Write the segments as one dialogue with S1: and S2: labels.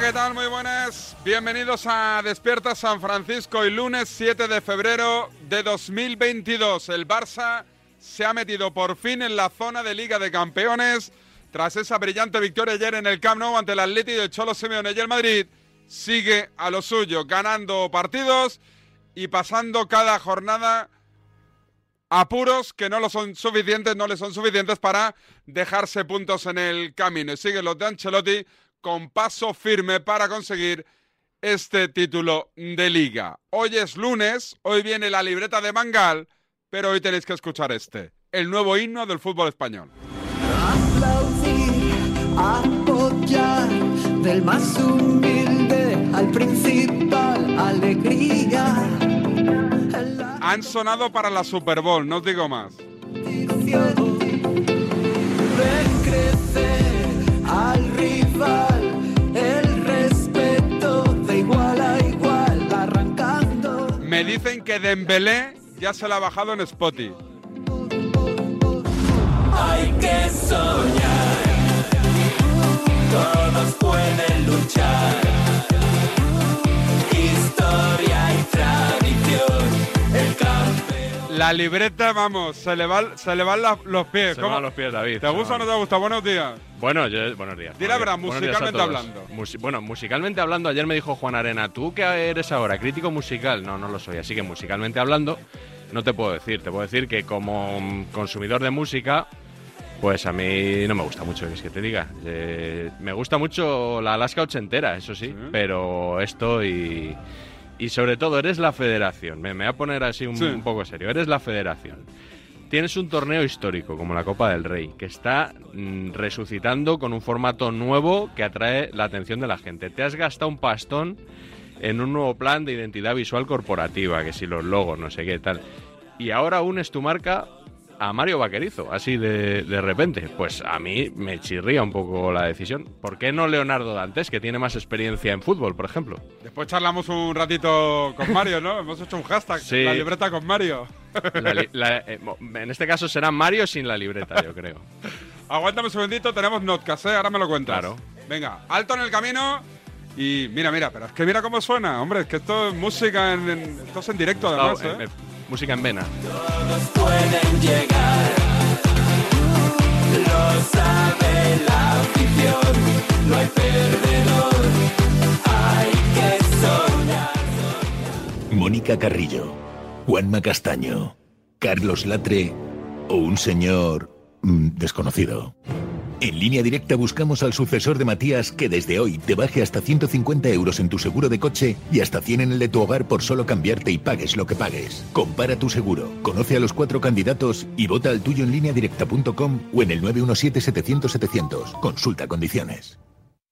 S1: ¿qué tal? Muy buenas. Bienvenidos a Despierta San Francisco y lunes 7 de febrero de 2022. El Barça se ha metido por fin en la zona de Liga de Campeones tras esa brillante victoria ayer en el Camp Nou ante el Atleti de Cholo Simeone y el Madrid sigue a lo suyo, ganando partidos y pasando cada jornada apuros que no lo son suficientes, no le son suficientes para dejarse puntos en el camino. Y siguen los de Ancelotti con paso firme para conseguir este título de liga. Hoy es lunes, hoy viene la libreta de Mangal, pero hoy tenéis que escuchar este, el nuevo himno del fútbol español.
S2: Aplaudir, apoyar del más humilde al principal, alegría.
S1: Han sonado para la Super Bowl, no os digo más.
S2: al rival, el respeto de igual a igual, arrancando.
S1: Me dicen que Dembélé ya se la ha bajado en Spotify.
S3: Hay que soñar, todos pueden luchar. Historia y tradición, el campeón.
S1: La libreta, vamos, se le, va, se le van la- los pies.
S4: Se
S1: ¿Cómo?
S4: me van los pies, David.
S1: ¿Te
S4: se me
S1: gusta o
S4: van.
S1: no te gusta? Buenos días.
S4: Bueno, yo- buenos días.
S1: Di la verdad,
S4: buenos días. Buenos días a
S1: musicalmente
S4: todos.
S1: hablando.
S4: Musi- bueno, musicalmente hablando, ayer me dijo Juan Arena, ¿tú qué eres ahora? ¿Crítico musical? No, no lo soy. Así que musicalmente hablando, no te puedo decir. Te puedo decir que como mm, consumidor de música, pues a mí no me gusta mucho, que es que te diga. Eh, me gusta mucho la Alaska ochentera, eso sí, pero esto y... Y sobre todo, eres la federación. Me, me voy a poner así un-
S1: Sí.
S4: un poco serio. Eres la federación. Tienes un torneo histórico como la Copa del Rey, que está mm, resucitando con un formato nuevo que atrae la atención de la gente. Te has gastado un pastón en un nuevo plan de identidad visual corporativa, que si los logos, no sé qué, tal. Y ahora unes tu marca a Mario Vaquerizo, así de, de repente. Pues a mí me chirría un poco la decisión. ¿Por qué no Leonardo Dantes, que tiene más experiencia en fútbol, por ejemplo?
S1: Después charlamos un ratito con Mario, ¿no? Hemos hecho un hashtag,
S4: Sí.
S1: la libreta con Mario.
S4: La li- la- eh, mo- en este caso será Mario sin la libreta, yo creo.
S1: Aguántame un segundito, tenemos notcast, ¿eh? Ahora me lo cuentas.
S4: Claro.
S1: Venga, alto en el camino y mira, mira, pero es que mira cómo suena, hombre, es que esto es música, en, en- esto es en directo además,
S4: Gustavo,
S1: ¿eh?
S4: eh, eh, música en vena.
S3: pueden llegar. Lo sabe la afición, no hay perdedor, hay que soñar.
S5: Mónica Carrillo, Juanma Castaño, Carlos Latre o un señor mm, desconocido. En línea directa buscamos al sucesor de Matías que desde hoy te baje hasta 150 euros en tu seguro de coche y hasta 100 en el de tu hogar por solo cambiarte y pagues lo que pagues. Compara tu seguro, conoce a los cuatro candidatos y vota al tuyo en línea directa.com o en el 917 700 700. Consulta condiciones.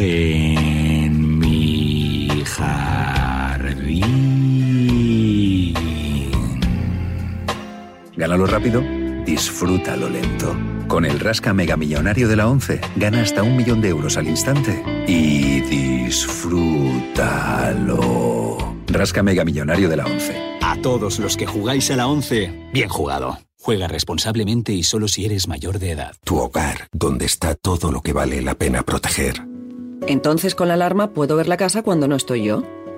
S6: en mi jardín.
S5: Gánalo rápido, disfrútalo lento. Con el Rasca Mega Millonario de la 11, gana hasta un millón de euros al instante. Y disfrútalo. Rasca Mega Millonario de la 11.
S6: A todos los que jugáis a la 11, bien jugado. Juega responsablemente y solo si eres mayor de edad.
S7: Tu hogar, donde está todo lo que vale la pena proteger.
S8: Entonces con la alarma puedo ver la casa cuando no estoy yo.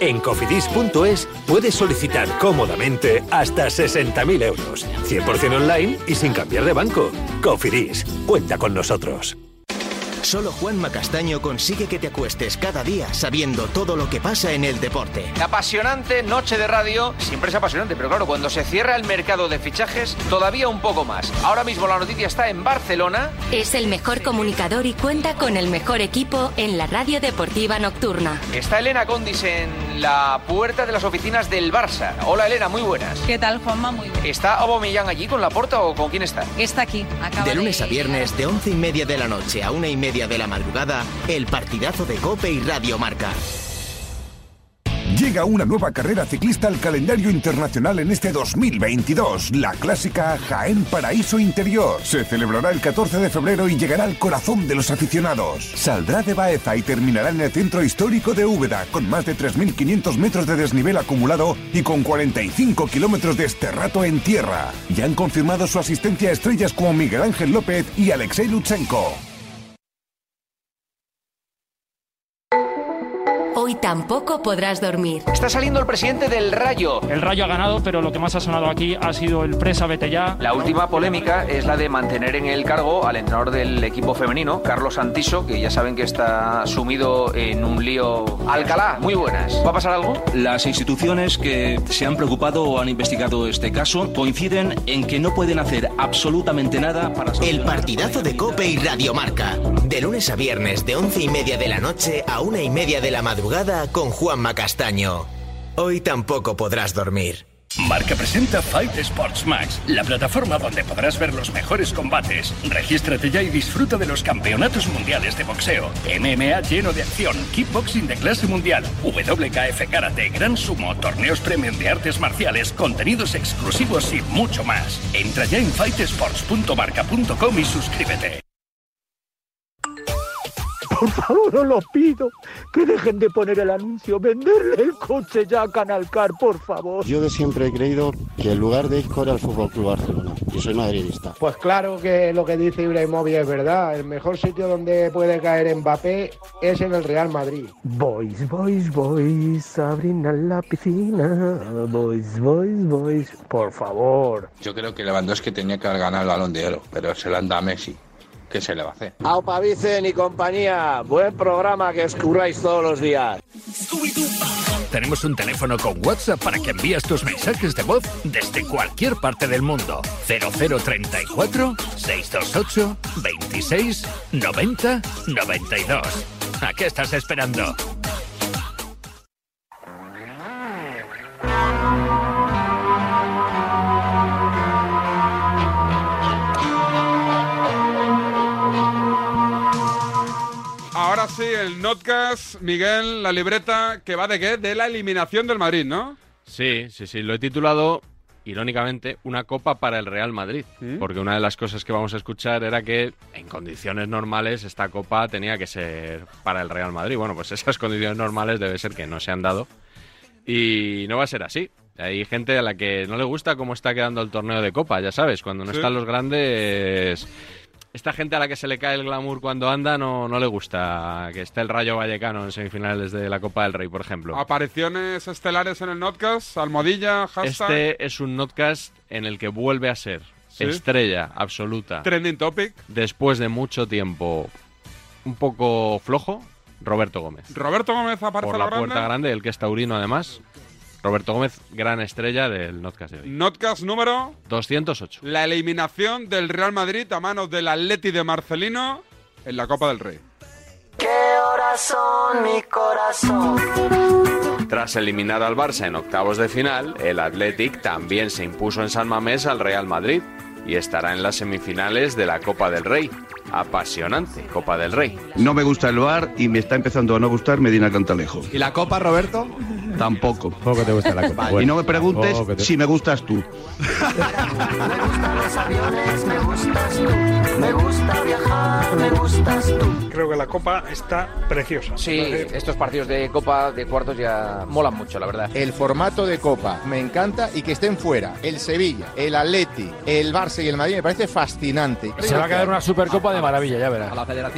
S9: En cofidis.es puedes solicitar cómodamente hasta 60.000 euros, 100% online y sin cambiar de banco. Cofidis, cuenta con nosotros.
S10: Solo Juan Macastaño consigue que te acuestes cada día sabiendo todo lo que pasa en el deporte.
S11: Apasionante noche de radio, siempre es apasionante, pero claro, cuando se cierra el mercado de fichajes, todavía un poco más. Ahora mismo la noticia está en Barcelona.
S12: Es el mejor comunicador y cuenta con el mejor equipo en la radio deportiva nocturna.
S11: Está Elena Condis en la puerta de las oficinas del Barça. Hola Elena, muy buenas.
S13: ¿Qué tal, Juanma? Muy bien.
S11: ¿Está Aubameyang allí con la puerta o con quién está?
S13: Está aquí. Acaba
S10: De lunes a viernes, de once y media de la noche a una y media de la madrugada, el partidazo de Cope y Radio Marca.
S14: Llega una nueva carrera ciclista al calendario internacional en este 2022, la clásica Jaén Paraíso Interior. Se celebrará el 14 de febrero y llegará al corazón de los aficionados. Saldrá de Baeza y terminará en el centro histórico de Úbeda, con más de 3.500 metros de desnivel acumulado y con 45 kilómetros de esterrato en tierra. Ya han confirmado su asistencia a estrellas como Miguel Ángel López y Alexei Lutsenko.
S12: Hoy tampoco podrás dormir.
S11: Está saliendo el presidente del Rayo.
S15: El Rayo ha ganado, pero lo que más ha sonado aquí ha sido el presa Betellá.
S11: La última polémica es la de mantener en el cargo al entrenador del equipo femenino, Carlos Santiso, que ya saben que está sumido en un lío. Alcalá, muy buenas. ¿Va a pasar algo?
S16: Las instituciones que se han preocupado o han investigado este caso coinciden en que no pueden hacer absolutamente nada para...
S10: El partidazo de Cope y Radio Marca. De lunes a viernes, de once y media de la noche a una y media de la madrugada con Juan Macastaño. Hoy tampoco podrás dormir.
S17: Marca presenta Fight Sports Max, la plataforma donde podrás ver los mejores combates. Regístrate ya y disfruta de los campeonatos mundiales de boxeo, MMA lleno de acción, kickboxing de clase mundial, WKF karate, gran sumo, torneos premium de artes marciales, contenidos exclusivos y mucho más. Entra ya en fightsports.marca.com y suscríbete.
S18: Por favor, os lo pido. Que dejen de poner el anuncio. Venderle el coche ya a Canalcar, por favor.
S19: Yo de siempre he creído que el lugar de Isco era el Fútbol Club Barcelona. Yo soy madridista.
S20: Pues claro que lo que dice Ibrahimovic es verdad. El mejor sitio donde puede caer Mbappé es en el Real Madrid.
S2: Boys, boys, boys, abrin a la piscina. Boys, boys, boys, por favor.
S21: Yo creo que Lewandowski tenía que haber ganado el balón de oro, pero se lo anda a Messi. ¿Qué se le va a hacer?
S22: Aupa Vicen y compañía, buen programa que escurráis todos los días.
S23: Tenemos un teléfono con WhatsApp para que envías tus mensajes de voz desde cualquier parte del mundo. 0034 628 26 90 92. ¿A qué estás esperando?
S1: Ahora sí, el notcast, Miguel, la libreta que va de qué? De la eliminación del Madrid, ¿no?
S4: Sí, sí, sí. Lo he titulado, irónicamente, una copa para el Real Madrid.
S1: ¿Mm?
S4: Porque una de las cosas que vamos a escuchar era que, en condiciones normales, esta copa tenía que ser para el Real Madrid. Bueno, pues esas condiciones normales debe ser que no se han dado. Y no va a ser así. Hay gente a la que no le gusta cómo está quedando el torneo de copa, ya sabes, cuando no
S1: Sí.
S4: están los grandes Esta gente a la que se le cae el glamour cuando anda no, no le gusta que esté el Rayo Vallecano en semifinales de la Copa del Rey, por ejemplo.
S1: Ah, Apariciones estelares en el Notcast, Almodilla, hashtag.
S4: Este es un notcast en el que vuelve a ser
S1: Sí.
S4: estrella absoluta.
S1: Trending topic.
S4: Después de mucho tiempo un poco flojo, Roberto Gómez.
S1: Roberto Gómez aparece
S4: Por
S1: a la
S4: la puerta
S1: grande.
S4: grande, el que es taurino además. Roberto Gómez, gran estrella del notcast de hoy.
S1: Notcast número
S4: 208.
S1: la eliminación del Real Madrid a manos del Atleti de Marcelino en la Copa del Rey.
S24: Corazón, mi corazón.
S4: Tras eliminar al Barça en octavos de final, el Athletic también se impuso en San Mamés al Real Madrid y estará en las semifinales de la Copa del Rey. Apasionante Copa del Rey.
S25: No me gusta el bar y me está empezando a no gustar Medina Cantalejo.
S4: ¿Y la Copa, Roberto?
S25: Tampoco.
S26: Tampoco te gusta la copa.
S25: y no me preguntes
S26: Tampoco te-
S25: si me gustas tú.
S24: Me gustan los aviones, me gustas tú. Me gusta viajar, me gustas tú.
S27: Creo que la copa está preciosa.
S11: Sí, estos partidos de copa de cuartos ya molan mucho, la verdad.
S28: El formato de Copa me encanta y que estén fuera el Sevilla, el Atleti, el Barça y el Madrid me parece fascinante.
S26: Se va a quedar una supercopa de maravilla, ya verás.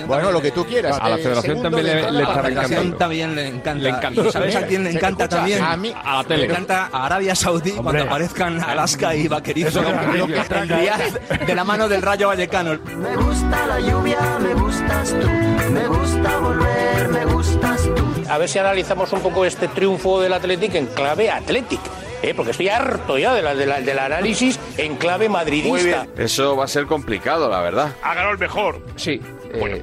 S28: Bueno, lo que tú quieras.
S26: A la
S28: Eh,
S26: federación
S28: segundo
S26: también
S28: de
S26: le-
S28: toda
S26: le
S28: la
S26: estará
S28: partida.
S26: encantando.
S29: también le encanta.
S26: Le encanta.
S29: ¿Y sabes a quién le
S28: Se-
S29: encanta
S28: escucha,
S29: también?
S28: a mí-
S29: la
S28: tele.
S29: Le encanta a Arabia Saudí cuando aparezcan Alaska y Vaquerizo.
S28: Eso es lo que
S29: El Riad de la mano del Rayo Vallecano.
S24: Me gusta la lluvia, me gustas tú. Me gusta volver, me gustas tú.
S5: A ver si analizamos un poco este triunfo del Athletic en clave Athletic. ¿eh? Porque estoy harto ya de la- de la- del análisis en clave madridista.
S4: Eso va a ser complicado, la verdad.
S27: Ha ganado el mejor.
S11: Sí.
S30: Pues,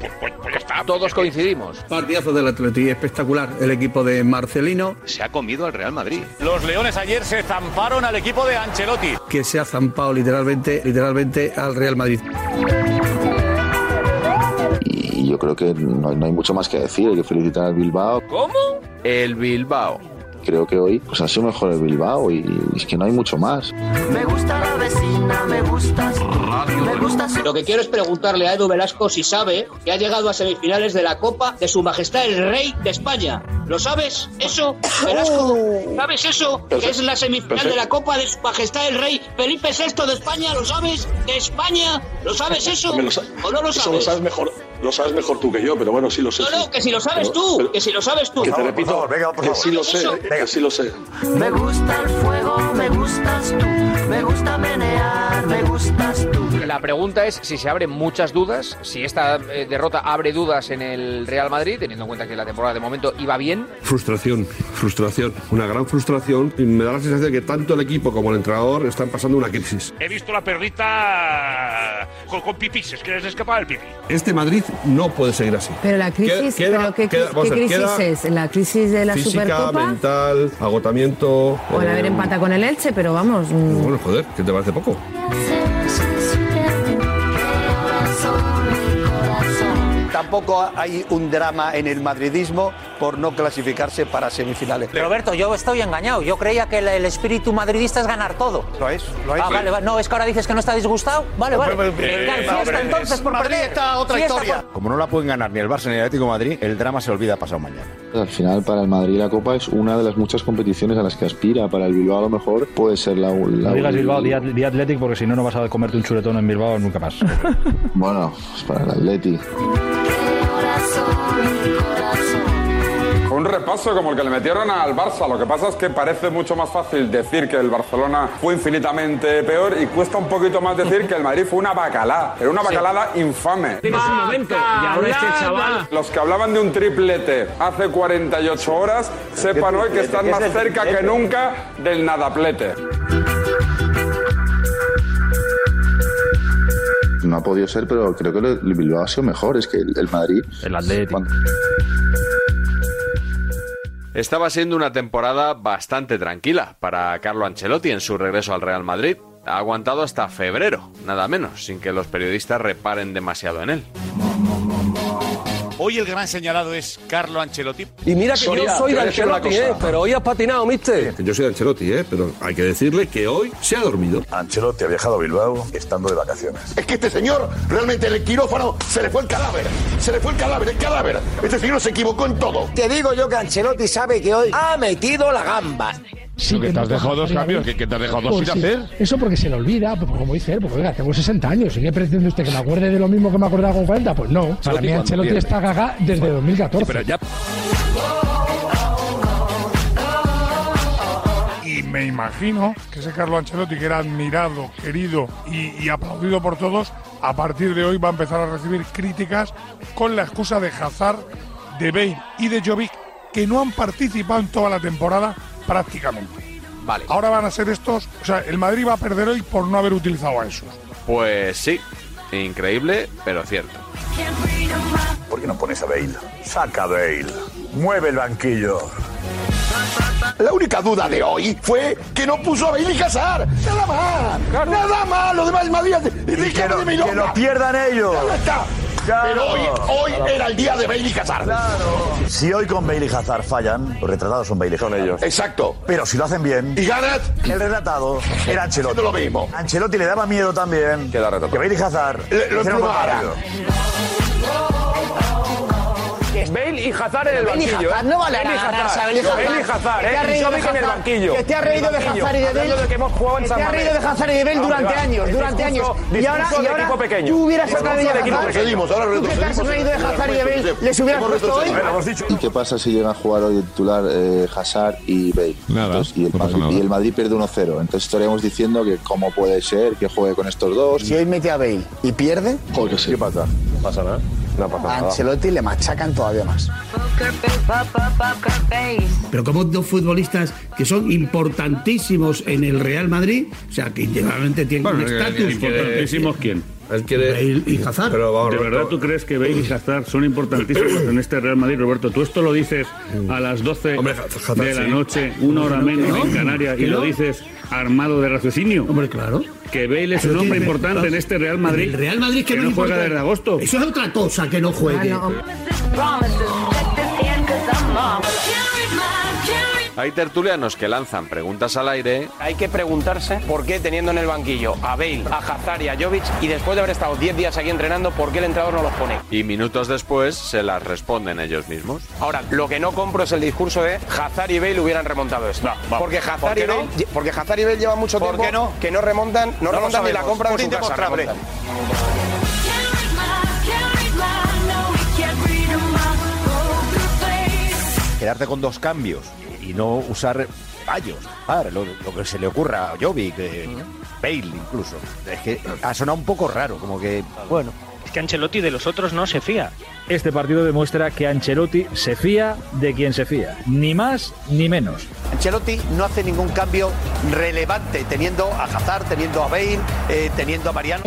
S11: Todos coincidimos.
S20: Partidazo del Atleti, espectacular. El equipo de Marcelino
S30: Se ha comido al Real Madrid.
S20: Los Leones ayer se zamparon al equipo de Ancelotti. Que se ha zampado literalmente, literalmente al Real Madrid.
S19: y yo creo que no, no hay mucho más que decir. Hay que felicitar al Bilbao.
S5: ¿Cómo?
S19: El Bilbao. Creo que hoy pues, ha sido mejor el Bilbao y, y es que no hay mucho más.
S24: Me gusta la vecina, me gustas tú. Me gustas
S5: Lo que quiero es preguntarle a Edu Velasco si sabe que ha llegado a semifinales de la Copa de Su Majestad el Rey de España. ¿Lo sabes? ¿Eso? Velasco, ¿sabes eso? Que es la semifinal de la Copa de Su Majestad el Rey Felipe VI de España. ¿Lo sabes? ¿De España? ¿Lo sabes eso? Eh, Me lo sa- ¿O no lo Eso lo sabes? sabes mejor. Lo sabes mejor tú que yo, pero bueno, sí lo sé. No, sí. no, que si lo sabes Pero- tú, pero- que si lo sabes tú. Que te repito, que sí lo sé, que sí lo sé.
S24: tú. Me gusta el fuego, me gustas tú. Me gusta menear, me gustas tú.
S11: La pregunta es si se abren muchas dudas, si esta eh, derrota abre dudas en el Real Madrid, teniendo en cuenta que la temporada de momento iba bien.
S20: Frustración, frustración, una gran frustración. Y me da la sensación de que tanto el equipo como el entrenador están pasando una crisis.
S31: He visto la perrita con, con pipí, es que les escapa el pipí.
S20: Este Madrid no puede seguir así. Pero la crisis, Queda- ¿pero qué, queda- qué vamos a ver, crisis queda es? ¿La crisis de la física, Supercopa? mental, agotamiento. O el eh, haber empatado con el Elche, pero vamos. mm, Bueno, joder, ¿qué te parece poco?
S2: Tampoco hay un drama en el madridismo por no clasificarse para semifinales.
S29: Roberto, yo estoy engañado. Yo creía que el, el espíritu madridista es ganar todo.
S2: Lo es, lo es.
S29: Ah, vale, vale. No, es que ahora dices que no está disgustado. Vale, vale.
S2: Pero, pero, pero,
S29: Ya,
S2: eh,
S29: fiesta
S2: pero,
S29: entonces por
S2: Madrid
S29: perder.
S2: está a otra
S29: Fiesta
S2: historia.
S29: por-
S2: Como no la pueden ganar ni el Barça ni el Atlético de Madrid, el drama se olvida pasado mañana.
S19: Al final, para el Madrid, la Copa es una de las muchas competiciones a las que aspira. Para el Bilbao, a lo mejor puede ser la. la
S26: No digas Bilbao, di, Atl- di Athletic porque si no, no vas a comerte un chuletón en Bilbao nunca más.
S19: Bueno, pues para el Atleti.
S1: Fue un repaso como el que le metieron al Barça. Lo que pasa es que parece mucho más fácil decir que el Barcelona fue infinitamente peor y cuesta un poquito más decir que el Madrid fue una bacalá. Era una
S19: Sí.
S1: bacalada infame.
S19: Tienes Este un momento, y ahora este chaval-
S1: Los que hablaban de un triplete hace 48 horas, sepan hoy que
S19: triplete?
S1: están
S19: ¿Qué es
S1: más
S19: el
S1: cerca que
S19: triplete?
S1: nunca del nadaplete.
S19: No ha podido ser, pero creo que lo- el Bilbao ha sido mejor. Es que el, el Madrid. El Atleti.
S4: Estaba siendo una temporada bastante tranquila para Carlo Ancelotti en su regreso al Real Madrid. Ha aguantado hasta febrero, nada menos, sin que los periodistas reparen demasiado en él.
S2: Hoy el gran señalado es Carlo Ancelotti. Y mira que yo soy de Ancelotti, ¿eh? pero hoy has patinado, mister.
S20: Yo soy de Ancelotti, ¿eh? pero hay que decirle que hoy se ha dormido.
S32: Ancelotti ha viajado a Bilbao estando de vacaciones.
S33: Es que este señor realmente en el quirófano se le fue el cadáver. Se le fue el cadáver, el cadáver. Este señor se equivocó en todo.
S29: Te digo yo que Ancelotti sabe que hoy ha metido la gamba.
S34: Sí,
S35: que te has dejado dos cambios, que, que te has dejado dos sin hacer.
S34: Pues Eso porque se le olvida, pues, como dice él, porque oiga, tengo 60 años, ¿y qué pretende usted que me acuerde de lo mismo que me acordaba con 40? Pues no, para
S35: Ancelotti
S34: mí
S35: cuando pues.
S34: Ancelotti
S35: pierde.
S34: está gaga desde 2014.
S35: Pero ya.
S36: Y me imagino que ese Carlo Ancelotti, que era admirado, querido y, y aplaudido por todos, a partir de hoy va a empezar a recibir críticas con la excusa de Hazard, de Bale y de Jovic, que no han participado en toda la temporada prácticamente.
S4: Vale.
S36: Ahora van a ser estos, o sea, el Madrid va a perder hoy por no haber utilizado a esos.
S4: Pues sí, increíble, pero cierto.
S19: ¿Por qué no pones a Bale? Saca a Bale. Mueve el banquillo.
S14: La única duda de hoy fue que no puso a Bailey Casar. Nada más. Nada más. Lo demás es Madrid. Y
S19: que lo- que lo pierdan ellos.
S14: Ya está.
S19: Claro.
S14: Pero hoy, hoy
S19: Claro.
S14: era el día de Bailey Casar.
S19: Si hoy con Bailey Hazard fallan, los retratados son Bailey Son ellos.
S14: Exacto.
S19: Pero si lo hacen bien.
S14: ¿Y ganas?
S19: El retratado era Ancelotti.
S14: Haciendo lo mismo.
S19: Ancelotti le daba miedo también. Que Bailey Hazard.
S14: Le- lo
S19: hiciera un buen
S14: emplumara.
S19: partido.
S36: Bale y Hazard en el
S11: Bale y
S36: banquillo.
S11: Hazard,
S36: ¿eh?
S11: no vale
S36: Bale y
S11: nada ganarse a Bale y
S36: Hazard.
S11: Hazard.
S36: Bale y Hazard,
S11: Que te
S36: ¿eh?
S11: has
S36: Y
S11: reído de
S36: Jovic en el
S11: Hazard.
S36: banquillo.
S11: Que te has reído de Hazard y de
S36: Hablando
S11: Bale.
S36: de que hemos jugado en
S11: Que te
S36: San
S11: has reído
S36: Mamés.
S11: de Hazard y de Bale
S36: ¿A dónde
S11: durante
S36: va?
S11: años, durante años.
S36: Discurso-
S11: Y ahora,
S36: discurso
S11: y
S36: de
S11: ahora
S36: equipo pequeño.
S11: tú hubieras sacado de
S36: Discurso de equipo
S11: Hazard.
S36: pequeño. Retrocedimos, ahora
S11: ¿Tú que te has
S36: retrocedimos.
S11: reído de Hazard y de Bale? ¿Les hubieras
S36: Hemos
S11: puesto hoy?
S36: retrocedido.
S19: ¿Y qué pasa si llegan a jugar hoy de titular eh, Hazard y Bale? Entonces, y, el Madrid, y el Madrid pierde 1-0. Entonces estaríamos diciendo que cómo puede ser que juegue con estos dos. Si hoy mete a Bale y pierde, ¿qué pasa? No pasa nada. No pasa
S11: A Ancelotti le machacan todavía más.
S8: Pero como dos futbolistas que son importantísimos en el Real Madrid, o sea, que individualmente tienen un estatus.
S5: ¿Importantísimos quién?
S8: Bale y Hazard.
S5: Pero
S8: vamos,
S5: ¿De
S8: Roberto.
S5: verdad tú crees que Bale y Hazard son importantísimos en este Real Madrid, Roberto? Tú esto lo dices a las 12 de la
S8: sí.
S5: noche, una hora
S8: No,
S5: menos
S8: que no,
S5: en Canarias,
S8: que
S5: y lo
S8: no.
S5: dices armado de raciocinio. Hombre,
S8: claro.
S5: Que Bale es un
S8: Pero
S5: hombre
S8: tiene-
S5: importante en este Real Madrid.
S8: El Real Madrid que,
S5: no juega
S8: importa.
S5: desde agosto.
S8: Eso es otra cosa que no juegue.
S11: Ah,
S20: Ah,
S4: Hay tertulianos que lanzan preguntas al aire.
S11: Hay que preguntarse por qué teniendo en el banquillo a Bale, a Hazard y a Jovic y después de haber estado 10 días aquí entrenando, ¿por qué el entrenador no los pone?
S4: Y minutos después se las responden ellos mismos.
S11: Ahora, lo que no compro es el discurso de Hazard y Bale hubieran remontado esto. porque Hazard
S4: ¿Por qué
S11: y Bale, porque Hazard y Bale llevan mucho tiempo que no remontan,
S37: lo
S11: no, remontan ni la
S37: sabemos.
S11: compra
S37: Pues
S11: de su casa.
S37: indemostrable.
S11: remontan.
S2: quedarte con dos cambios y no usar fallos, claro, lo, lo que se le ocurra a Jovic, eh, Bale incluso. Es que ha sonado un poco raro, como que, bueno.
S20: Es que Ancelotti de los otros no se fía.
S38: Este partido demuestra que Ancelotti se fía de quien se fía, ni más ni menos.
S20: Ancelotti no hace ningún cambio relevante, teniendo a Hazard, teniendo a Bale, eh, teniendo a Mariano.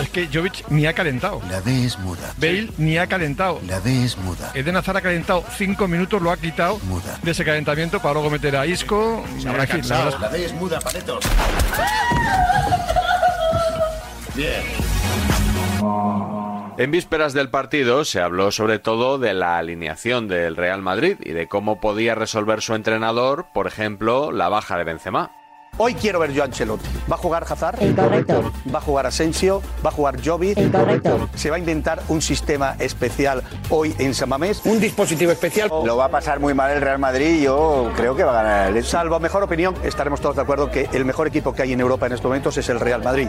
S5: Es que Jovic ni ha calentado. La D es muda. Bale ni ha calentado. La D es muda. Eden Hazard ha calentado cinco minutos, lo ha quitado de ese calentamiento para luego meter a Isco. En fin, la verdad-
S19: D es muda, paletos. Bien.
S4: En vísperas del partido se habló sobre todo de la alineación del Real Madrid y de cómo podía resolver su entrenador, por ejemplo, la baja de Benzema.
S20: Hoy quiero ver yo a Ancelotti. ¿Va a jugar Hazard? ¿Va a jugar Asensio? ¿Va a jugar Jovic? ¿Se va a inventar un sistema especial hoy en Samamés? ¿Un dispositivo especial? Lo va a pasar muy mal el Real Madrid y yo creo que va a ganar el Salvo mejor opinión, estaremos todos de acuerdo que el mejor equipo que hay en Europa en estos momentos es el Real Madrid.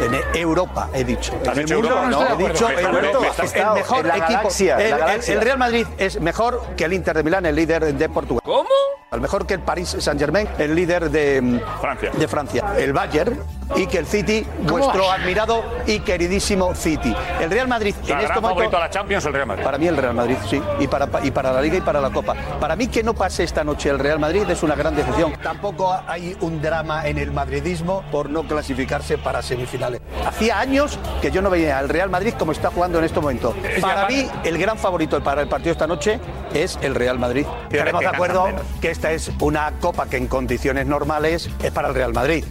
S20: En e- Europa, he dicho.
S11: Has
S20: En el
S11: dicho
S20: mundo
S11: Europa,
S20: no, no, he dicho me estás- Europa. me estás- El mejor en la equipo. galaxia, el, la el- galaxia. el Real Madrid es mejor que el Inter de Milán, el líder de Portugal. ¿Cómo? Al mejor que el Paris Saint-Germain, el líder de mm,
S39: Francia.
S20: de Francia, el Bayern y que el City, vuestro
S39: vas?
S20: admirado y queridísimo City. El Real Madrid
S39: O sea,
S20: en
S39: gran
S20: este momento
S39: favorito a la Champions el Real Madrid.
S20: para mí el Real Madrid, sí, y para, y para la Liga y para la Copa. Para mí que no pase esta noche el Real Madrid es una gran decepción. Tampoco hay un drama en el madridismo por no clasificarse para semifinales. Hacía años que yo no veía al Real Madrid como está jugando en este momento.
S40: Eh,
S20: Para mí el gran favorito para el partido esta noche es el Real Madrid. Estaremos de acuerdo que esta es una copa que en condiciones normales es para el Real Madrid.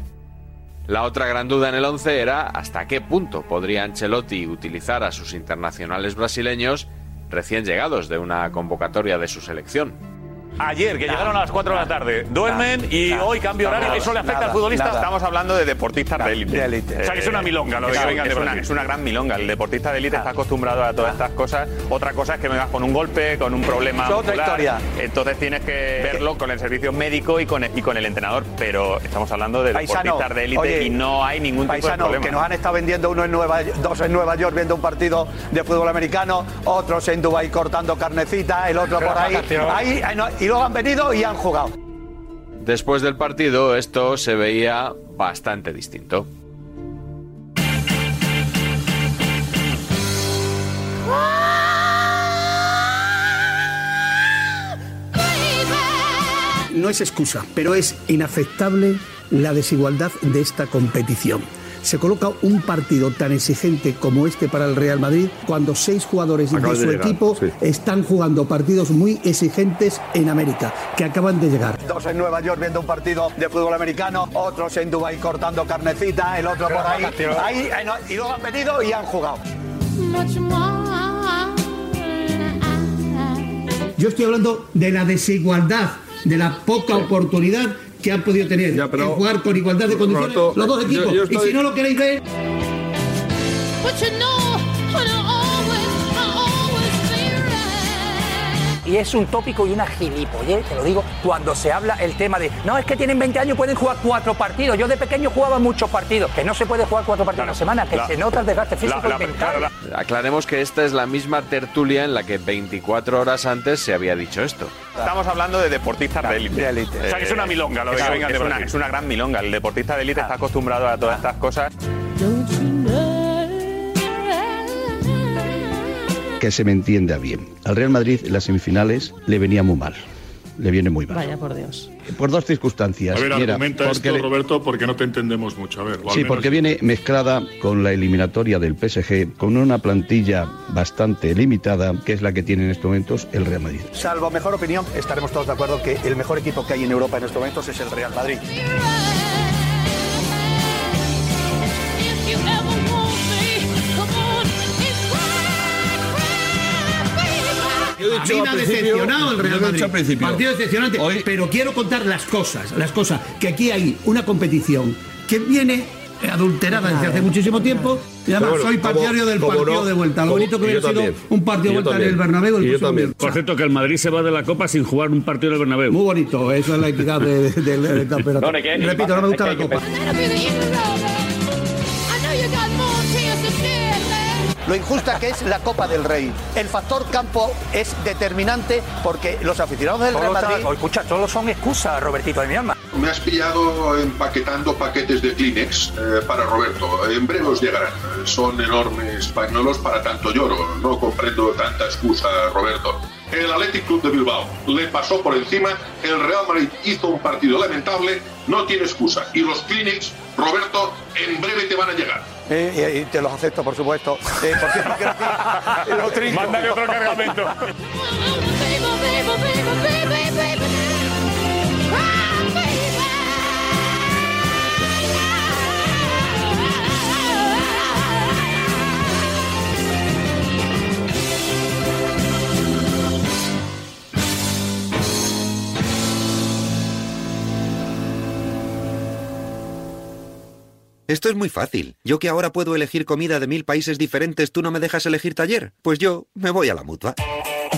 S4: La otra gran duda en el 11 era hasta qué punto podría Ancelotti utilizar a sus internacionales brasileños recién llegados de una convocatoria de su selección.
S40: ayer, que llegaron a las 4 de la tarde. Duermen y
S4: nah,
S40: hoy cambio horario
S4: nada,
S40: y eso le afecta
S4: nada,
S40: al futbolista.
S4: nada.
S40: Estamos hablando de deportistas de élite.
S4: O sea, que es una milonga lo de
S40: Eh, es,
S4: que
S40: un-
S4: vengan
S40: es
S4: de
S40: una,
S4: Brasil.
S40: es una gran milonga. El deportista de élite está acostumbrado a todas estas cosas. Otra cosa es que vengas con un golpe, con un problema
S41: Es otra
S40: muscular.
S41: historia.
S40: Entonces tienes que verlo con el servicio médico y con el, y con el entrenador. Pero estamos hablando de
S41: Paisano,
S40: deportistas de élite
S41: oye,
S40: y no hay ningún tipo de
S41: Paisano,
S40: problema.
S41: que nos han estado vendiendo uno en Nueva dos en Nueva York viendo un partido de fútbol americano, otros en Dubái cortando carnecita, el otro por ahí.
S4: Vacaciones.
S41: Ahí, ahí no, y luego han venido y han jugado.
S4: Después del partido, esto se veía bastante distinto.
S20: No es excusa, pero es inaceptable la desigualdad de esta competición. Se coloca un partido tan exigente como este para el Real Madrid cuando seis jugadores
S41: Acabas de
S20: de su
S41: llegar,
S20: equipo
S41: sí.
S20: están jugando partidos muy exigentes en América, que acaban de llegar.
S41: Dos en Nueva York viendo un partido de fútbol americano, otros en Dubái cortando carnecita, el otro por ahí. Vacaciones. ahí ahí no, y luego han venido y han jugado.
S20: Yo estoy hablando de la desigualdad, de la poca oportunidad que han podido tener en jugar con igualdad de condiciones
S41: Roberto,
S20: los dos
S41: yo-
S20: equipos.
S41: yo estoy-
S20: Y si no lo queréis ver,
S11: Y es un tópico y una gilipollez, te lo digo, cuando se habla el tema de, no, es que tienen 20 años y pueden jugar cuatro partidos. Yo de pequeño jugaba muchos partidos, que no se puede jugar cuatro partidos a la semana, que
S4: la-
S11: se nota el desgaste físico y mental.
S4: Aclaremos que esta es la misma tertulia en la que 24 horas antes se había dicho esto.
S40: Estamos hablando de deportistas de élite.
S4: O sea, que es una milonga lo de
S40: es
S4: que
S40: una-
S4: vengan de
S40: es una,
S4: Brasil.
S40: es una gran milonga. El deportista de élite está acostumbrado a todas estas cosas.
S42: que se me entienda bien. Al Real Madrid en las semifinales le venía muy mal. Le viene muy mal.
S43: Vaya por Dios.
S42: Por dos circunstancias.
S36: A ver,
S42: Mira,
S36: argumenta
S42: porque
S36: esto,
S42: le-
S36: Roberto, porque no te entendemos mucho. A ver, o al
S42: Sí,
S36: menos-
S42: porque viene mezclada con la eliminatoria del PSG, con una plantilla bastante limitada, que es la que tiene en estos momentos el Real Madrid.
S41: Salvo mejor opinión, estaremos todos de acuerdo que el mejor equipo que hay en Europa en estos momentos es el Real Madrid.
S20: a mí me ha decepcionado el Real Madrid. Partido decepcionante. Pero quiero contar las cosas, las cosas. Que aquí hay una competición que viene adulterada desde hace muchísimo tiempo. Y además
S5: Pero bueno,
S20: soy
S5: como-
S20: partidario del
S5: como
S20: partido
S5: no,
S20: de vuelta. Lo
S5: como-
S20: bonito que
S5: y
S20: hubiera
S5: yo
S20: sido
S5: también.
S20: un
S5: Y
S20: partido de
S5: yo
S20: vuelta en
S5: también.
S20: el Bernabéu. el
S5: Y yo
S20: próximo
S5: también.
S20: miércoles.
S5: Por cierto, que el Madrid se va de la Copa sin jugar un partido del Bernabéu. Muy
S20: bonito, eso es la equidad del campeonato. Repito, no me gusta la copa.
S41: Lo injusta que es la Copa del Rey. El factor campo es determinante porque los aficionados del Real
S11: Todo está-
S41: Madrid
S11: o escucha, todos son excusas, Robertito de mi alma.
S8: Me has pillado empaquetando paquetes de Kleenex eh, para Roberto. En breve os llegarán. Eh, Son enormes pañuelos para tanto lloro. No comprendo tanta excusa, Roberto. El Athletic Club de Bilbao le pasó por encima. El Real Madrid hizo un partido lamentable. No tiene excusa. Y los Kleenex, Roberto, en breve te van a llegar.
S41: Eh, eh, eh, te los acepto, por supuesto. Eh, por cierto, que- lo trinco.
S40: Mándale otro cargamento.
S2: Esto es muy fácil. Yo que ahora puedo elegir comida de mil países diferentes, ¿tú no me dejas elegir taller? Pues yo me voy a la mutua.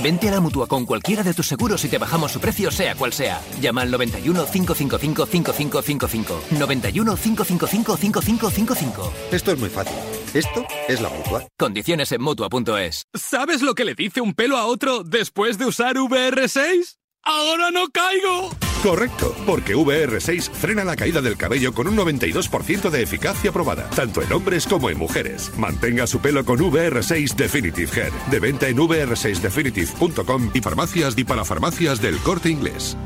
S8: Vente a la mutua con cualquiera de tus seguros y te bajamos su precio, sea cual sea. Llama al 91 555 5555. 91 555 5555.
S2: Esto es muy fácil. Esto es la mutua.
S8: Condiciones en mutua.es.
S14: ¿Sabes lo que le dice un pelo a otro después de usar VR6? ¡Ahora no caigo! Correcto, porque VR6 frena la caída del cabello con un 92% de eficacia probada, tanto en hombres como en mujeres. Mantenga su pelo con VR6 Definitive Hair, de venta en vr6definitive.com y farmacias y para farmacias del corte inglés.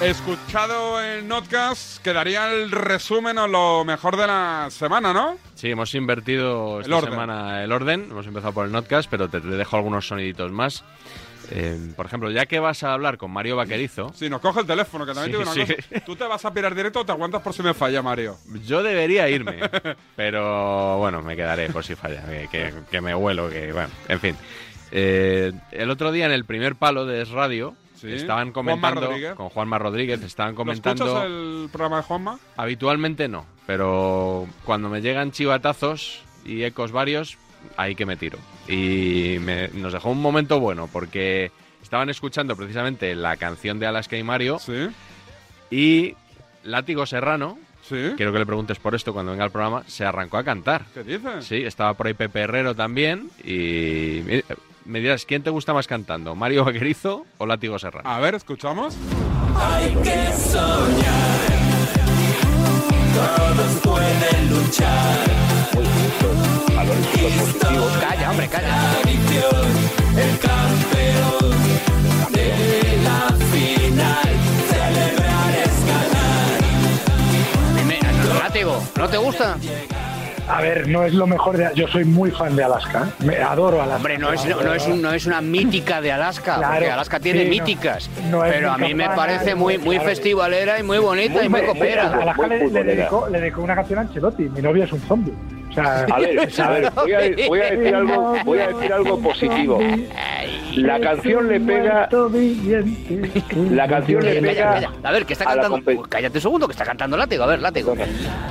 S1: Escuchado el Notcast, quedaría el resumen o lo mejor de la semana, ¿no?
S4: Sí, hemos invertido esta
S1: orden.
S4: semana el orden. Hemos empezado por el Notcast, pero te, te dejo algunos soniditos más. Eh, por ejemplo, ya que vas a hablar con Mario Vaquerizo,
S1: Si nos coge el teléfono, que también
S4: Sí,
S1: te digo una
S4: sí.
S1: cosa. ¿Tú te vas a pirar directo o te aguantas por si me falla, Mario?
S4: yo debería irme, pero bueno, me quedaré por si falla, que, que- que me vuelo, que bueno, en fin. Eh, el otro día en el primer palo de Es Radio
S1: Sí.
S4: estaban
S1: Juanma
S4: comentando
S1: Rodríguez.
S4: con Juanma Rodríguez, estaban
S1: ¿Lo
S4: comentando.
S1: escuchas el programa de Juanma?
S4: Habitualmente no, pero cuando me llegan chivatazos y ecos varios, ahí que me tiro. Y me- nos dejó un momento bueno porque estaban escuchando precisamente la canción de Alaska y Mario y Látigo Serrano, quiero que le preguntes por esto cuando venga el programa, se arrancó a cantar.
S1: ¿Qué dices?
S4: Sí, estaba por ahí Pepe Herrero también y me- me dirás, ¿quién te gusta más cantando? ¿Mario Vaquerizo o Látigo Serrano?
S1: A ver, escuchamos.
S2: Hay que soñar. Todos pueden luchar. Valores positivos. Calla, hombre, calla. El campeón de la final. Celebrar es ganar.
S11: Relativo, ¿no te gusta?
S20: A ver, no es lo mejor de. Yo soy muy fan de Alaska. ¿eh? Me adoro Alaska.
S11: Hombre, no es, no, es, un- no es una mítica de Alaska,
S20: Claro,
S11: porque Alaska tiene
S20: sí, no.
S11: míticas,
S20: No es
S11: pero a
S20: mi
S11: mí me
S20: campana,
S11: parece muy, muy
S20: claro.
S11: festivalera y muy bonita y muy copera.
S20: Alaska le, le dedicó, le dedicó una canción a Ancelotti. Mi novia es un zombie. O sea,
S44: A ver, a ver, voy a, voy a decir algo, voy a decir algo positivo. La canción le pega, la canción le
S11: Calla, calla,
S44: pega
S11: calla. A ver, que está
S44: a la
S11: cantando. Pues cállate un segundo, que está cantando látigo. A ver, látigo.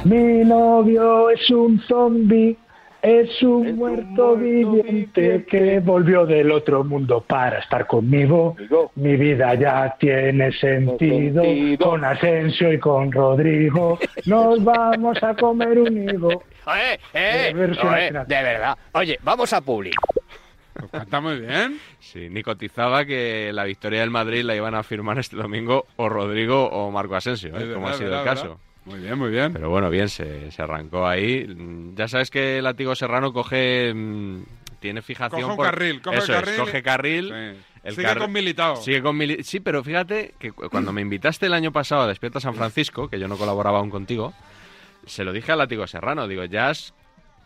S20: Mi novio es un zombie, es un muerto viviente que volvió del otro mundo para estar conmigo. Mi vida ya tiene sentido, con Asensio y con Rodrigo. Nos vamos a comer un higo.
S11: Eh, eh,
S20: versión
S11: eh,
S20: nacional.
S11: de verdad. Oye, vamos a Publi.
S1: Ah, Está muy bien.
S4: Sí, ni cotizaba que la victoria del Madrid la iban a firmar este domingo o Rodrigo o Marco Asensio,
S1: Es
S4: ¿eh?
S1: verdad,
S4: como ha
S1: es
S4: sido el
S1: verdad,
S4: caso.
S1: verdad. Muy bien, muy bien.
S4: Pero bueno, bien, se, se arrancó ahí. Mm, Ya sabes que el látigo serrano coge. mm, tiene fijación.
S1: Coge un
S4: por-
S1: carril, coge
S4: Eso es,
S1: carril.
S4: coge carril.
S1: Sí.
S4: el
S1: Sigue con Militao.
S4: Sigue con Mili- Sí, pero fíjate que cu- cuando me invitaste el año pasado a Despierta San Francisco, que yo no colaboraba aún contigo, se lo dije al látigo serrano. Digo, ya has-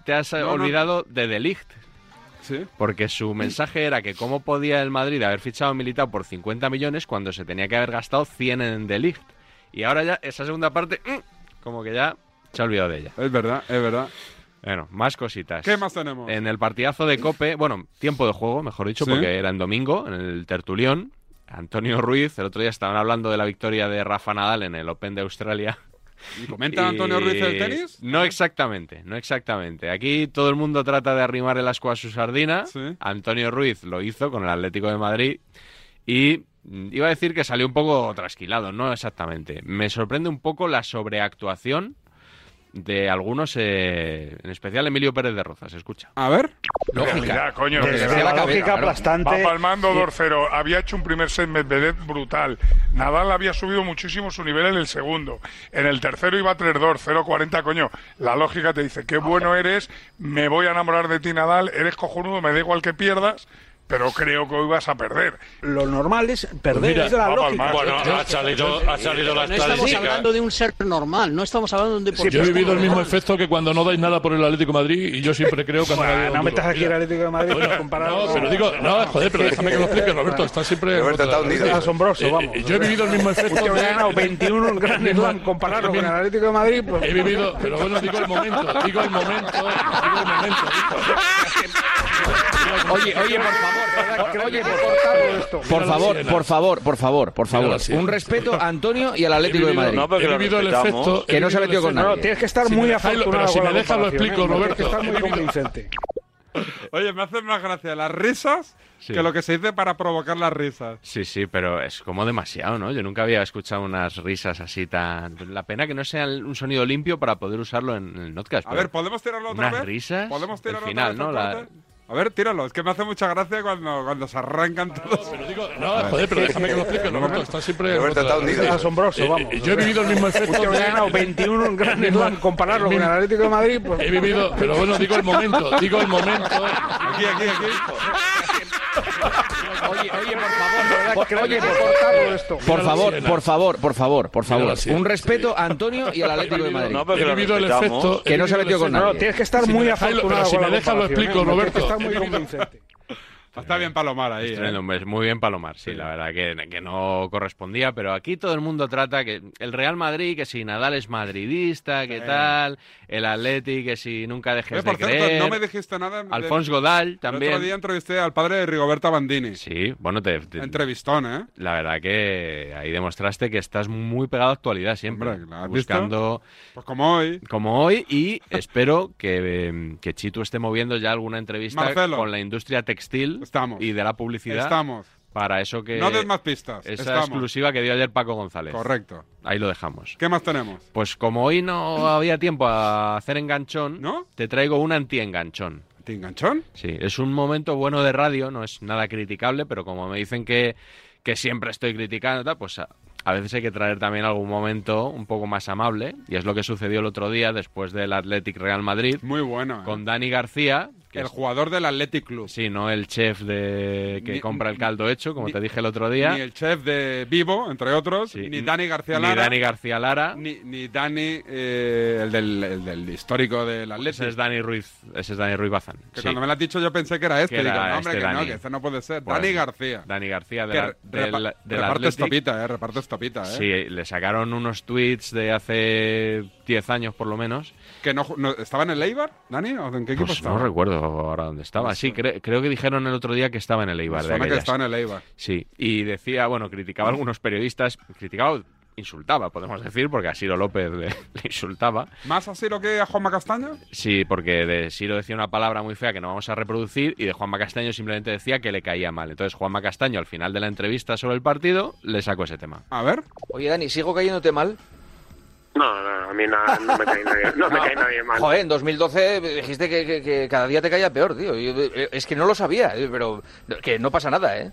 S4: te has eh,
S1: No, no.
S4: olvidado de Delict.
S1: Sí.
S4: Porque su mensaje era que cómo podía el Madrid haber fichado a Militao por 50 millones cuando se tenía que haber gastado 100 en De Ligt. Y ahora ya esa segunda parte, mm, como que ya se ha olvidado de ella.
S1: Es verdad, es verdad.
S4: Bueno, más cositas.
S1: ¿Qué más tenemos?
S4: En el partidazo de Cope, bueno, tiempo de juego, mejor dicho,
S1: Sí.
S4: porque era en domingo, en el Tertulión. Antonio Ruiz, el otro día estaban hablando de la victoria de Rafa Nadal en el Open de Australia.
S1: ¿Y comenta Antonio Ruiz el tenis?
S4: Eh, No exactamente, no exactamente. Aquí todo el mundo trata de arrimar el asco a su sardina. Antonio Ruiz lo hizo con el Atlético de Madrid y mm, iba a decir que salió un poco trasquilado, no exactamente. Me sorprende un poco la sobreactuación de algunos, eh, en especial Emilio Pérez de Rozas, escucha.
S1: A ver.
S36: Realidad, coño.
S4: aplastante.
S36: Va palmando 2-0. Había hecho un primer set Medvedev brutal. Nadal había subido muchísimo su nivel en el segundo. En el tercero iba 3-2, 0-40, coño. La lógica te dice, qué bueno eres, me voy a enamorar de ti, Nadal, eres cojonudo, me da igual que pierdas, pero creo que hoy vas a perder.
S45: Lo normal es perder,
S36: Mira,
S45: es la
S36: va a
S45: lógica.
S36: palmar. Bueno,
S45: Yo-
S36: ha salido-
S45: yo-
S36: ha salido la
S45: No estamos
S36: estadística.
S45: hablando de un ser normal, no estamos hablando de un
S5: Sí,
S45: deportista.
S5: yo he vivido el mismo
S45: normal.
S5: efecto que cuando no dais nada por el Atlético de Madrid y yo siempre creo que han
S45: Buah,
S5: ganado
S45: no
S5: duro.
S45: metas aquí
S5: Mira,
S45: al Atlético de Madrid
S5: bueno,
S45: comparado
S5: No,
S45: con-
S5: pero digo, no, joder, pero déjame que lo explique, Roberto. Está siempre.
S45: Roberto está hundido.
S5: Es
S45: Asombroso, vamos.
S5: Eh, yo he vivido el mismo efecto.
S45: Usted ha
S5: de-
S45: ganado 21 en Grand Slam comparado con el Atlético de Madrid. pues-
S5: He vivido, pero bueno, digo el momento, digo el momento, digo el momento.
S1: Oye, oye, por
S45: favor,
S1: oye,
S45: esto.
S1: Por favor,
S5: sirenas.
S1: por favor, por favor, por favor.
S5: sirenas.
S1: Un respeto a Antonio y al
S5: He
S1: Atlético de
S5: vivido-
S1: Madrid.
S5: no, pero que lo respetamos.
S1: Que
S5: He
S1: no se ha
S5: vivido el
S1: metido con
S5: efecto.
S1: nadie.
S5: No, tienes que estar Si me muy dejáis lo- afortunado pero si con la me dejas, lo comparación, explico, ¿eh? Roberto.
S45: Tienes que estar muy convincente.
S1: Oye, me hacen más gracia las risas
S4: Sí.
S1: que lo que se dice para provocar las risas.
S4: Sí, sí, pero es como demasiado, ¿no? Yo nunca había escuchado unas risas así tan... La pena que no sea el- un sonido limpio para poder usarlo en el podcast.
S1: A ver, ¿podemos tirarlo otra
S4: unas
S1: vez?
S4: risas,
S1: ¿Podemos
S4: el
S1: tirarlo
S4: final,
S1: otra
S4: ¿no?
S1: vez?
S4: La-
S1: Antonio? A ver, tíralo. Es que me hace mucha gracia cuando, cuando se arrancan todos. Pero
S5: digo, No, Ah, joder, pero déjame que lo explique, Roberto. Está siempre.
S45: Roberto está hundido.
S5: Eh,
S45: Asombroso,
S5: eh,
S45: vamos.
S5: Yo he vivido el mismo
S45: Usted
S5: efecto.
S45: ha
S5: de-
S45: ganado 21 en Grand
S5: el mismo-
S45: Slam compararlo con
S5: el
S45: el
S5: mismo-
S45: Atlético de Madrid. pues-
S5: He vivido, pero bueno, digo el momento, digo el momento.
S1: Aquí, aquí, aquí.
S46: Oye, oye, por
S47: Por-
S46: favor.
S47: Oye, por cortarlo esto.
S11: Por favor, por favor, por favor, por favor. Un respeto a Antonio y al Atlético de Madrid.
S48: No, pero que lo He vivido el respetamos. efecto,
S11: Que
S48: he
S11: no se ha
S48: vivido el
S11: metido con
S48: efecto.
S11: nadie.
S48: No, tienes que estar Si muy me dejáis lo- afortunado pero si con me la dejas lo comparación, explico, ¿eh? Roberto. Tienes que estar muy
S36: convincente.
S1: Está bien Palomar ahí. ¿eh?
S4: Tremendo, hombre, es muy bien Palomar, sí, la verdad que, que no correspondía, pero aquí todo el mundo trata que el Real Madrid, que si Nadal es madridista, que
S1: Sí.
S4: tal, el Atleti, que si nunca dejes
S1: Oye, por
S4: de
S1: cierto,
S4: creer.
S1: no me dijiste nada. de-
S4: Alfonso Godal
S1: El
S4: también.
S1: otro día entrevisté al padre de Rigoberta Bandini.
S4: Sí, bueno, te, te-
S1: Entrevistón, ¿eh?
S4: la verdad que ahí demostraste que estás muy pegado a actualidad siempre,
S1: Hombre, ¿la has
S4: buscando...
S1: Pues como hoy.
S4: Como hoy y espero que, eh, que Chitu esté moviendo ya alguna entrevista
S1: Marcelo.
S4: con la industria textil y de la publicidad.
S1: Estamos.
S4: Para eso que...
S1: No des más pistas.
S4: Esa
S1: Estamos.
S4: exclusiva que dio ayer Paco González.
S1: Correcto.
S4: Ahí lo dejamos.
S1: ¿Qué más tenemos?
S4: Pues como hoy no había tiempo a hacer enganchón, te traigo un anti-enganchón.
S1: ¿Anti-enganchón?
S4: Sí, es un momento bueno de radio, no es nada criticable, pero como me dicen que, que siempre estoy criticando, tal, pues a, a veces hay que traer también algún momento un poco más amable, y es lo que sucedió el otro día después del Athletic Real Madrid.
S1: Muy bueno. ¿eh?
S4: Con Dani García.
S1: El jugador del Athletic Club.
S4: Sí, no el chef de que
S1: Ni-
S4: compra el caldo hecho, como
S1: ni-
S4: te dije el otro día.
S1: Ni el chef de Vivo, entre otros. Ni Dani García
S4: ni
S1: Lara.
S4: Dani García Lara.
S1: Ni, ni Dani, eh, el, del, el del histórico del Athletic.
S4: Ese es Dani Ruiz, ese es Dani Ruiz Bazán.
S1: Que
S4: sí.
S1: cuando me lo has dicho yo pensé que era este.
S4: Que
S1: Digo,
S4: era
S1: no, hombre,
S4: este
S1: que no,
S4: Dani.
S1: que este no puede ser.
S4: Pues,
S1: Dani García.
S4: Dani García de
S1: Que
S4: la,
S1: re-
S4: del-
S1: repa-
S4: del
S1: reparte
S4: Athletic.
S1: estopita, eh, reparte estopita, eh.
S4: Sí, le sacaron unos tweets de hace 10 años por lo menos.
S1: Que no, ju- no- ¿Estaba en el Eibar, Dani? ¿O en qué equipo
S4: Pues
S1: estaba?
S4: no recuerdo ahora dónde estaba. Sí, cre- creo que dijeron el otro día que estaba en el Eibar.
S1: Pues Me
S4: de
S1: suena que
S4: aquellas.
S1: estaba en el Eibar.
S4: Sí, y decía, bueno, criticaba a algunos periodistas, criticaba, insultaba, podemos decir, porque a Ciro López le, le insultaba.
S1: ¿Más así lo que a Juanma Castaño?
S4: Sí, porque de Siro decía una palabra muy fea que no vamos a reproducir y de Juanma Castaño simplemente decía que le caía mal. Entonces Juanma Castaño al final de la entrevista sobre el partido le sacó ese tema.
S1: A ver.
S11: Oye, Dani, ¿sigo cayéndote mal?
S49: No, no, no, a mí na- no me cae nadie, no me cae nadie mal.
S11: Joder, en 2012 dijiste que, que- que cada día te caía peor, tío. Yo, eh, es que no lo sabía, eh, pero que no pasa nada, ¿eh?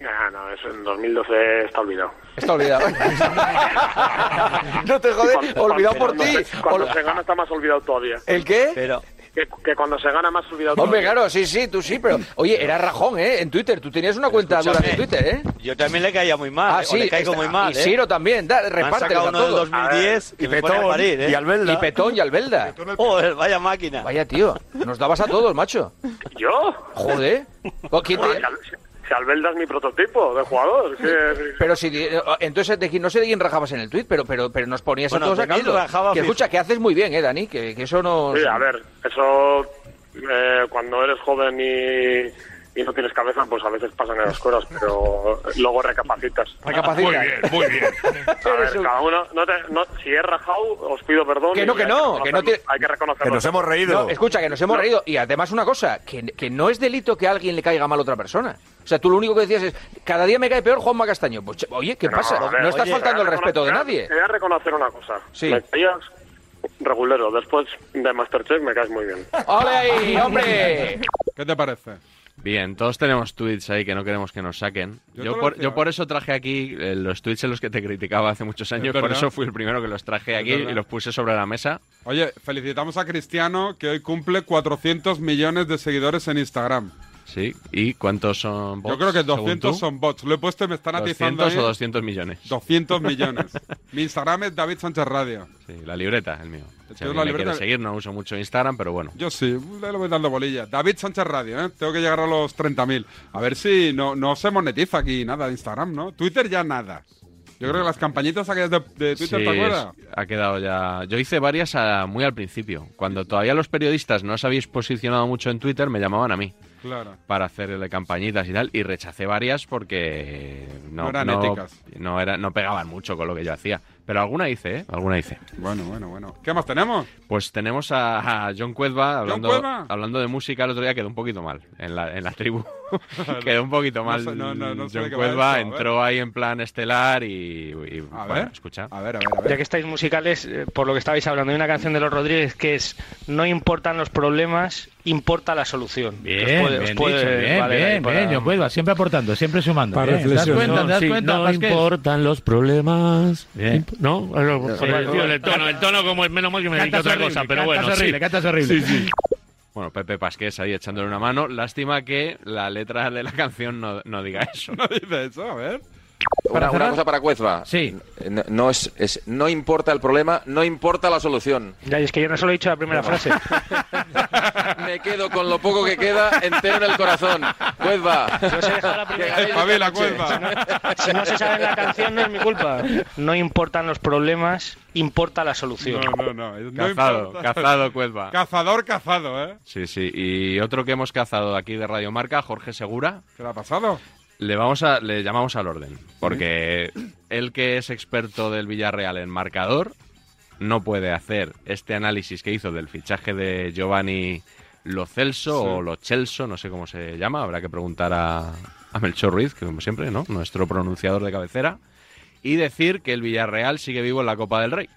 S49: Ah, no, eso en 2012 está olvidado.
S11: Está olvidado. no te jodes,
S49: Cuando-
S11: olvidado
S49: cuando-
S11: por ti.
S49: Cuando, se, cuando
S11: Ol-
S49: se gana está más olvidado todavía.
S11: ¿El qué?
S49: Que, que cuando se gana más olvidado
S11: Hombre,
S49: todavía.
S11: claro, sí, sí, tú sí, pero... Oye, era Rajón, ¿eh? En Twitter, tú tenías una cuenta dura de Twitter, ¿eh?
S50: Yo también le caía muy mal.
S11: Ah,
S50: eh, o
S11: sí,
S50: le caigo
S11: está-
S50: muy mal. ¿eh?
S11: y Ciro también, da-
S50: reparte.
S11: repártelos a
S50: uno del
S11: todos.
S50: 2010
S11: A ver,
S50: y me pone a
S11: Petón,
S50: parir, ¿eh?
S11: y Albelda. Y Petón y Albelda.
S50: Joder, vaya máquina.
S11: Vaya tío, nos dabas a todos, macho.
S49: ¿Yo?
S11: Joder. ¿O quién te-
S49: Ah, si Al- Si Albelda es mi prototipo de jugador. que-
S11: Pero si eh, entonces de- no sé de quién rajabas en el tuit, pero pero pero nos ponías
S49: Bueno,
S11: a todos
S49: de
S11: a
S49: quién
S11: caldo.
S49: rajaba,
S11: Que
S49: fijo.
S11: escucha, que haces muy bien, eh, Dani, que, que eso no.
S49: Sí, a ver, eso eh, cuando eres joven y, y no tienes cabeza, pues a veces pasan esas cosas, pero luego recapacitas.
S11: Recapacita.
S49: Muy bien, muy bien. A ver, cada uno, no te- no- si he rajado, os pido perdón.
S11: Que no,
S49: y
S11: que
S49: hay
S11: no, que no
S49: reconocerlo,
S11: tiene-
S49: Hay que reconocerlo.
S11: No, escucha, que nos hemos
S49: No.
S11: reído. Y además una cosa, que, que no es delito que a alguien le caiga mal a otra persona. O sea, tú lo único que decías es, cada día me cae peor Juanma Castaño. Pues, che, oye, ¿qué
S49: No,
S11: pasa?
S49: a ver,
S11: no estás
S49: oye,
S11: faltando el
S49: te voy a
S11: respeto de
S49: reconocer-
S11: nadie.
S49: Te voy a reconocer una cosa.
S11: Sí.
S49: Me caías regulero. Después de Masterchef me caes muy bien.
S11: ¡Ole ahí, hombre!
S1: ¿Qué te parece?
S4: Bien, todos tenemos tweets ahí que no queremos que nos saquen.
S1: Yo
S4: Yo,
S1: te lo
S4: por,
S1: decía.
S4: yo por eso traje aquí eh, los tweets en los que te criticaba hace muchos años, por
S1: verdad.
S4: eso fui el primero que los traje
S1: Es
S4: aquí
S1: verdad.
S4: y los puse sobre la mesa.
S1: Oye, felicitamos a Cristiano que hoy cumple 400 millones de seguidores en Instagram.
S4: Sí, ¿y cuántos son bots?
S1: Yo creo que
S4: según
S1: 200
S4: tú?
S1: son bots. Lo he puesto y me están atizando.
S4: 200 o
S1: ahí.
S4: 200 millones.
S1: 200 millones. Mi Instagram es David Sánchez Radio.
S4: Sí, la libreta, el mío. Si
S1: Yo
S4: alguien
S1: la
S4: me
S1: libreta-
S4: quiere seguir, no uso mucho Instagram, pero bueno.
S1: Yo sí, le voy dando bolilla. David Sánchez Radio, ¿eh? Tengo que llegar a los 30.000. A ver si no, no se monetiza aquí nada de Instagram, ¿no? Twitter ya nada. Yo creo que las campañitas aquellas de, de Twitter,
S4: Sí,
S1: ¿te acuerdas?
S4: es- ha quedado ya. Yo hice varias a- muy al principio. Cuando todavía los periodistas no os habéis posicionado mucho en Twitter, me llamaban a mí
S1: Claro.
S4: para hacerle campañitas y tal. Y rechacé varias porque no,
S1: No eran
S4: no-
S1: éticas.
S4: no era- no pegaban mucho con lo que yo hacía. Pero alguna hice, ¿eh? Alguna hice.
S1: Bueno, bueno, bueno. ¿Qué más tenemos?
S4: Pues tenemos a, a John Cuezba hablando,
S1: Cuezba?
S4: hablando de música. El otro día quedó un poquito mal en la, en la tribu. quedó un poquito
S1: No
S4: mal.
S1: sé, no, no, no sé de
S4: John
S1: qué va esto,
S4: Cuezba
S1: a ver.
S4: entró ahí en plan estelar y. y, bueno,
S1: ver,
S4: escucha.
S1: A ver, a ver, a ver.
S51: Ya que estáis musicales, eh, por lo que estabais hablando, hay una canción de los Rodríguez que es No importan los problemas, importa la solución. Que os
S52: Bien,
S51: puede- os
S52: bien
S51: puede
S52: dicho, bien,
S51: valer ahí
S52: bien,
S51: para-
S52: bien, John Cuelva, siempre aportando, siempre sumando.
S51: Para
S52: Bien, ¿Te das
S51: reflexión.
S52: cuenta? ¿Te das
S51: Sí,
S52: cuenta?
S51: no
S52: Vasquez?
S51: importan los problemas.
S52: Bien.
S51: Imp- No,
S52: Sí, sí,
S51: el tono, el tono como es menos mal que me dedico a
S52: Cantas
S51: otra cosa,
S52: horrible,
S51: pero bueno.
S52: Cantas horrible,
S51: sí.
S52: cantas horrible.
S51: Sí, sí.
S4: Bueno, Pepe Pasqués ahí echándole una mano. Lástima que la letra de la canción no, no diga eso.
S1: No dice eso, a ver.
S24: Una, una cosa para Cuezba. Sí. No, no es, es- no importa el problema, no importa la solución.
S51: Ya, y es que yo no solo he dicho la primera frase.
S24: Me quedo con lo poco que queda entero en el corazón. Cuezba.
S1: Espabila, Cuezba.
S51: Si no se sabe la canción, no es mi culpa. No importan los problemas, importa la solución.
S1: No, no, no.
S4: Cazado, cazado, Cuezba.
S1: Cazador cazado, ¿eh?
S4: Sí, sí. Y otro que hemos cazado aquí de Radio Marca, Jorge Segura.
S1: ¿Qué le ha pasado?
S4: Le, vamos a, le llamamos al orden. Porque el que es experto del Villarreal en marcador no puede hacer este análisis que hizo del fichaje de Giovanni Lo Celso
S53: Sí.
S4: o Lo Celso, no sé cómo se llama. Habrá que preguntar a, a Melchor Ruiz, que como siempre, ¿no? Nuestro pronunciador de cabecera. Y decir que el Villarreal sigue vivo en la Copa del Rey.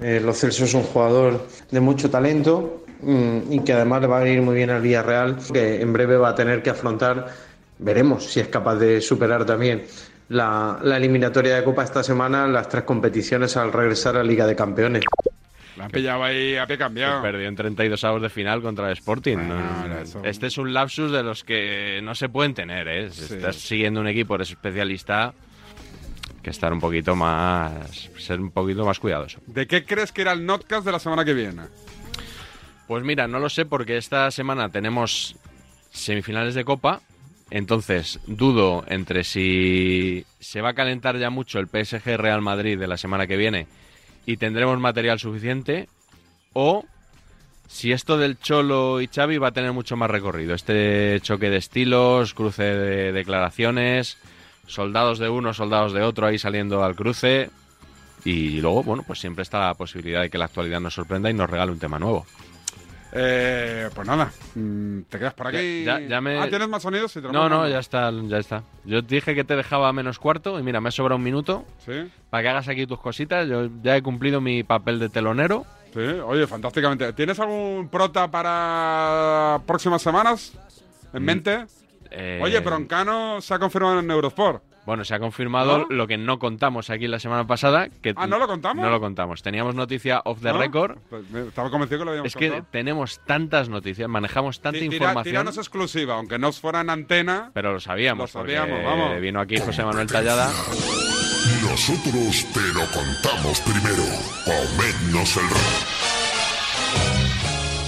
S54: Eh, Lo Celso es un jugador de mucho talento mm, y que además le va a venir muy bien al Villarreal, que en breve va a tener que afrontar, veremos si es capaz de superar también la, la eliminatoria de Copa esta semana, las tres competiciones al regresar a Liga de Campeones.
S1: La han pillado ahí a pie cambiado.
S4: Perdió en 32 avos de final contra el Sporting. No, no, no. Este es un lapsus de los que no se pueden tener. ¿eh? Si
S1: Sí.
S4: estás siguiendo un equipo, eres especialista, que estar un poquito más. ser un poquito más cuidadoso.
S1: ¿De qué crees que era el notcast de la semana que viene?
S4: Pues mira, no lo sé porque esta semana tenemos semifinales de Copa. Entonces, dudo entre si se va a calentar ya mucho el PSG Real Madrid de la semana que viene y tendremos material suficiente o si esto del Cholo y Xavi va a tener mucho más recorrido. Este choque de estilos, cruce de declaraciones, soldados de uno, soldados de otro ahí saliendo al cruce. Y luego, bueno, pues siempre está la posibilidad de que la actualidad nos sorprenda y nos regale un tema nuevo.
S1: Eh, pues nada, mm, te quedas por aquí.
S4: Ya- ya- ya me-
S1: Ah, ¿tienes más sonidos? Sí, tenemos
S4: No, no,
S1: más.
S4: ya está, ya está. Yo te dije que te dejaba menos cuarto y mira, me ha sobrado un minuto
S1: Sí.
S4: para que hagas aquí tus cositas. Yo ya he cumplido mi papel de telonero.
S1: Sí, oye, fantásticamente. ¿Tienes algún prota para próximas semanas en
S4: Mm,
S1: mente?
S4: eh,
S1: Oye, Broncano se ha confirmado en Eurosport.
S4: Bueno, se ha confirmado
S1: ¿No?
S4: lo que no contamos aquí la semana pasada. Que
S1: Ah, ¿no lo contamos?
S4: No lo contamos. Teníamos noticia off the
S1: ¿No?
S4: record.
S1: Pues, me- estaba convencido que lo habíamos
S4: Es que
S1: contado.
S4: tenemos tantas noticias, manejamos tanta
S1: Ti- tira-
S4: información.
S1: Tiranos exclusiva, aunque no fuera en antena.
S4: Pero lo sabíamos.
S1: Lo
S4: porque
S1: sabíamos, vamos.
S4: Vino aquí José Manuel Tallada.
S12: Nosotros te lo contamos primero. Comednos el rap.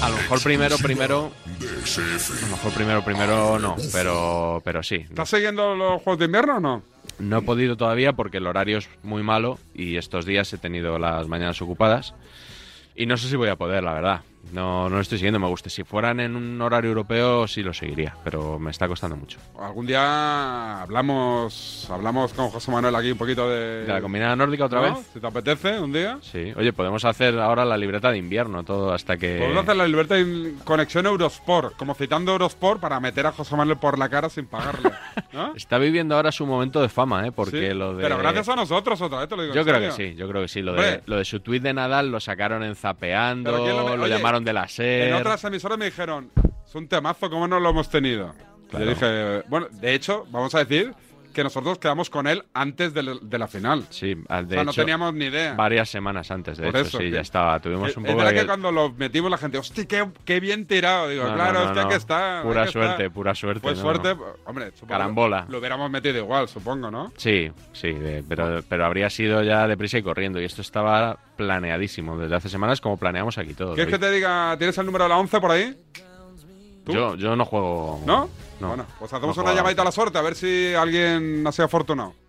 S4: A lo mejor primero, primero.
S12: DSF.
S4: A lo mejor primero, primero no. Pero, pero sí.
S1: ¿Estás siguiendo los Juegos de Invierno o no?
S4: No he podido todavía porque el horario es muy malo y estos días he tenido las mañanas ocupadas. Y no sé si voy a poder, la verdad. No, no lo estoy siguiendo, me gusta. Si fueran en un horario europeo, sí lo seguiría, pero me está costando mucho.
S1: Algún día hablamos hablamos con José Manuel aquí un poquito de...
S4: ¿De la combinada nórdica otra
S1: ¿No?
S4: vez?
S1: Si te apetece, un día.
S4: Sí. Oye, podemos hacer ahora la libreta de invierno, todo hasta
S1: Podemos
S4: que.
S1: hacer la libertad en conexión Eurosport, como citando Eurosport para meter a José Manuel por la cara sin pagarle.
S4: Está viviendo ahora su momento de fama, ¿eh? Porque
S1: Sí,
S4: lo de.
S1: Pero gracias a nosotros otra vez, te lo digo.
S4: Yo
S1: en
S4: creo
S1: serio.
S4: que sí, yo creo que sí. Lo
S1: Hombre.
S4: de, lo de su tuit de Nadal lo sacaron en Zapeando,
S1: Pero ¿quién lo
S4: lo,
S1: me- oye,
S4: llamaron de la SER.
S1: En otras emisoras me dijeron, es un temazo, ¿cómo no lo hemos tenido? Y
S4: Claro.
S1: Yo dije, bueno, de hecho, vamos a decir que nosotros quedamos con él antes de, la- de la final.
S4: Sí, al-
S1: o
S4: de
S1: sea, no
S4: hecho,
S1: teníamos ni idea.
S4: Varias semanas antes, de
S1: Por
S4: hecho,
S1: eso,
S4: sí,
S1: que-
S4: ya estaba. Tuvimos
S1: Es
S4: un
S1: es
S4: poco
S1: verdad
S4: de-
S1: que cuando lo metimos la gente, hostia, qué, qué bien tirado. Digo,
S4: No, no,
S1: claro,
S4: no,
S1: es que
S4: no.
S1: aquí está.
S4: Pura
S1: aquí está".
S4: suerte, pura suerte,
S1: Pues
S4: no,
S1: suerte,
S4: no.
S1: hombre, supongo que
S4: Carambola.
S1: Lo hubiéramos metido igual, supongo, ¿no?
S4: Sí, sí, de- pero, pero habría sido ya deprisa y corriendo. Y esto estaba planeadísimo desde hace semanas, como planeamos aquí todo.
S1: ¿Quieres que te diga, tienes el número de la 11 por ahí?
S4: Yo, yo no juego.
S1: ¿No?
S4: No.
S1: Bueno, pues hacemos
S4: No
S1: una
S4: jugaba.
S1: llamadita a la suerte, a ver si alguien ha sido afortunado.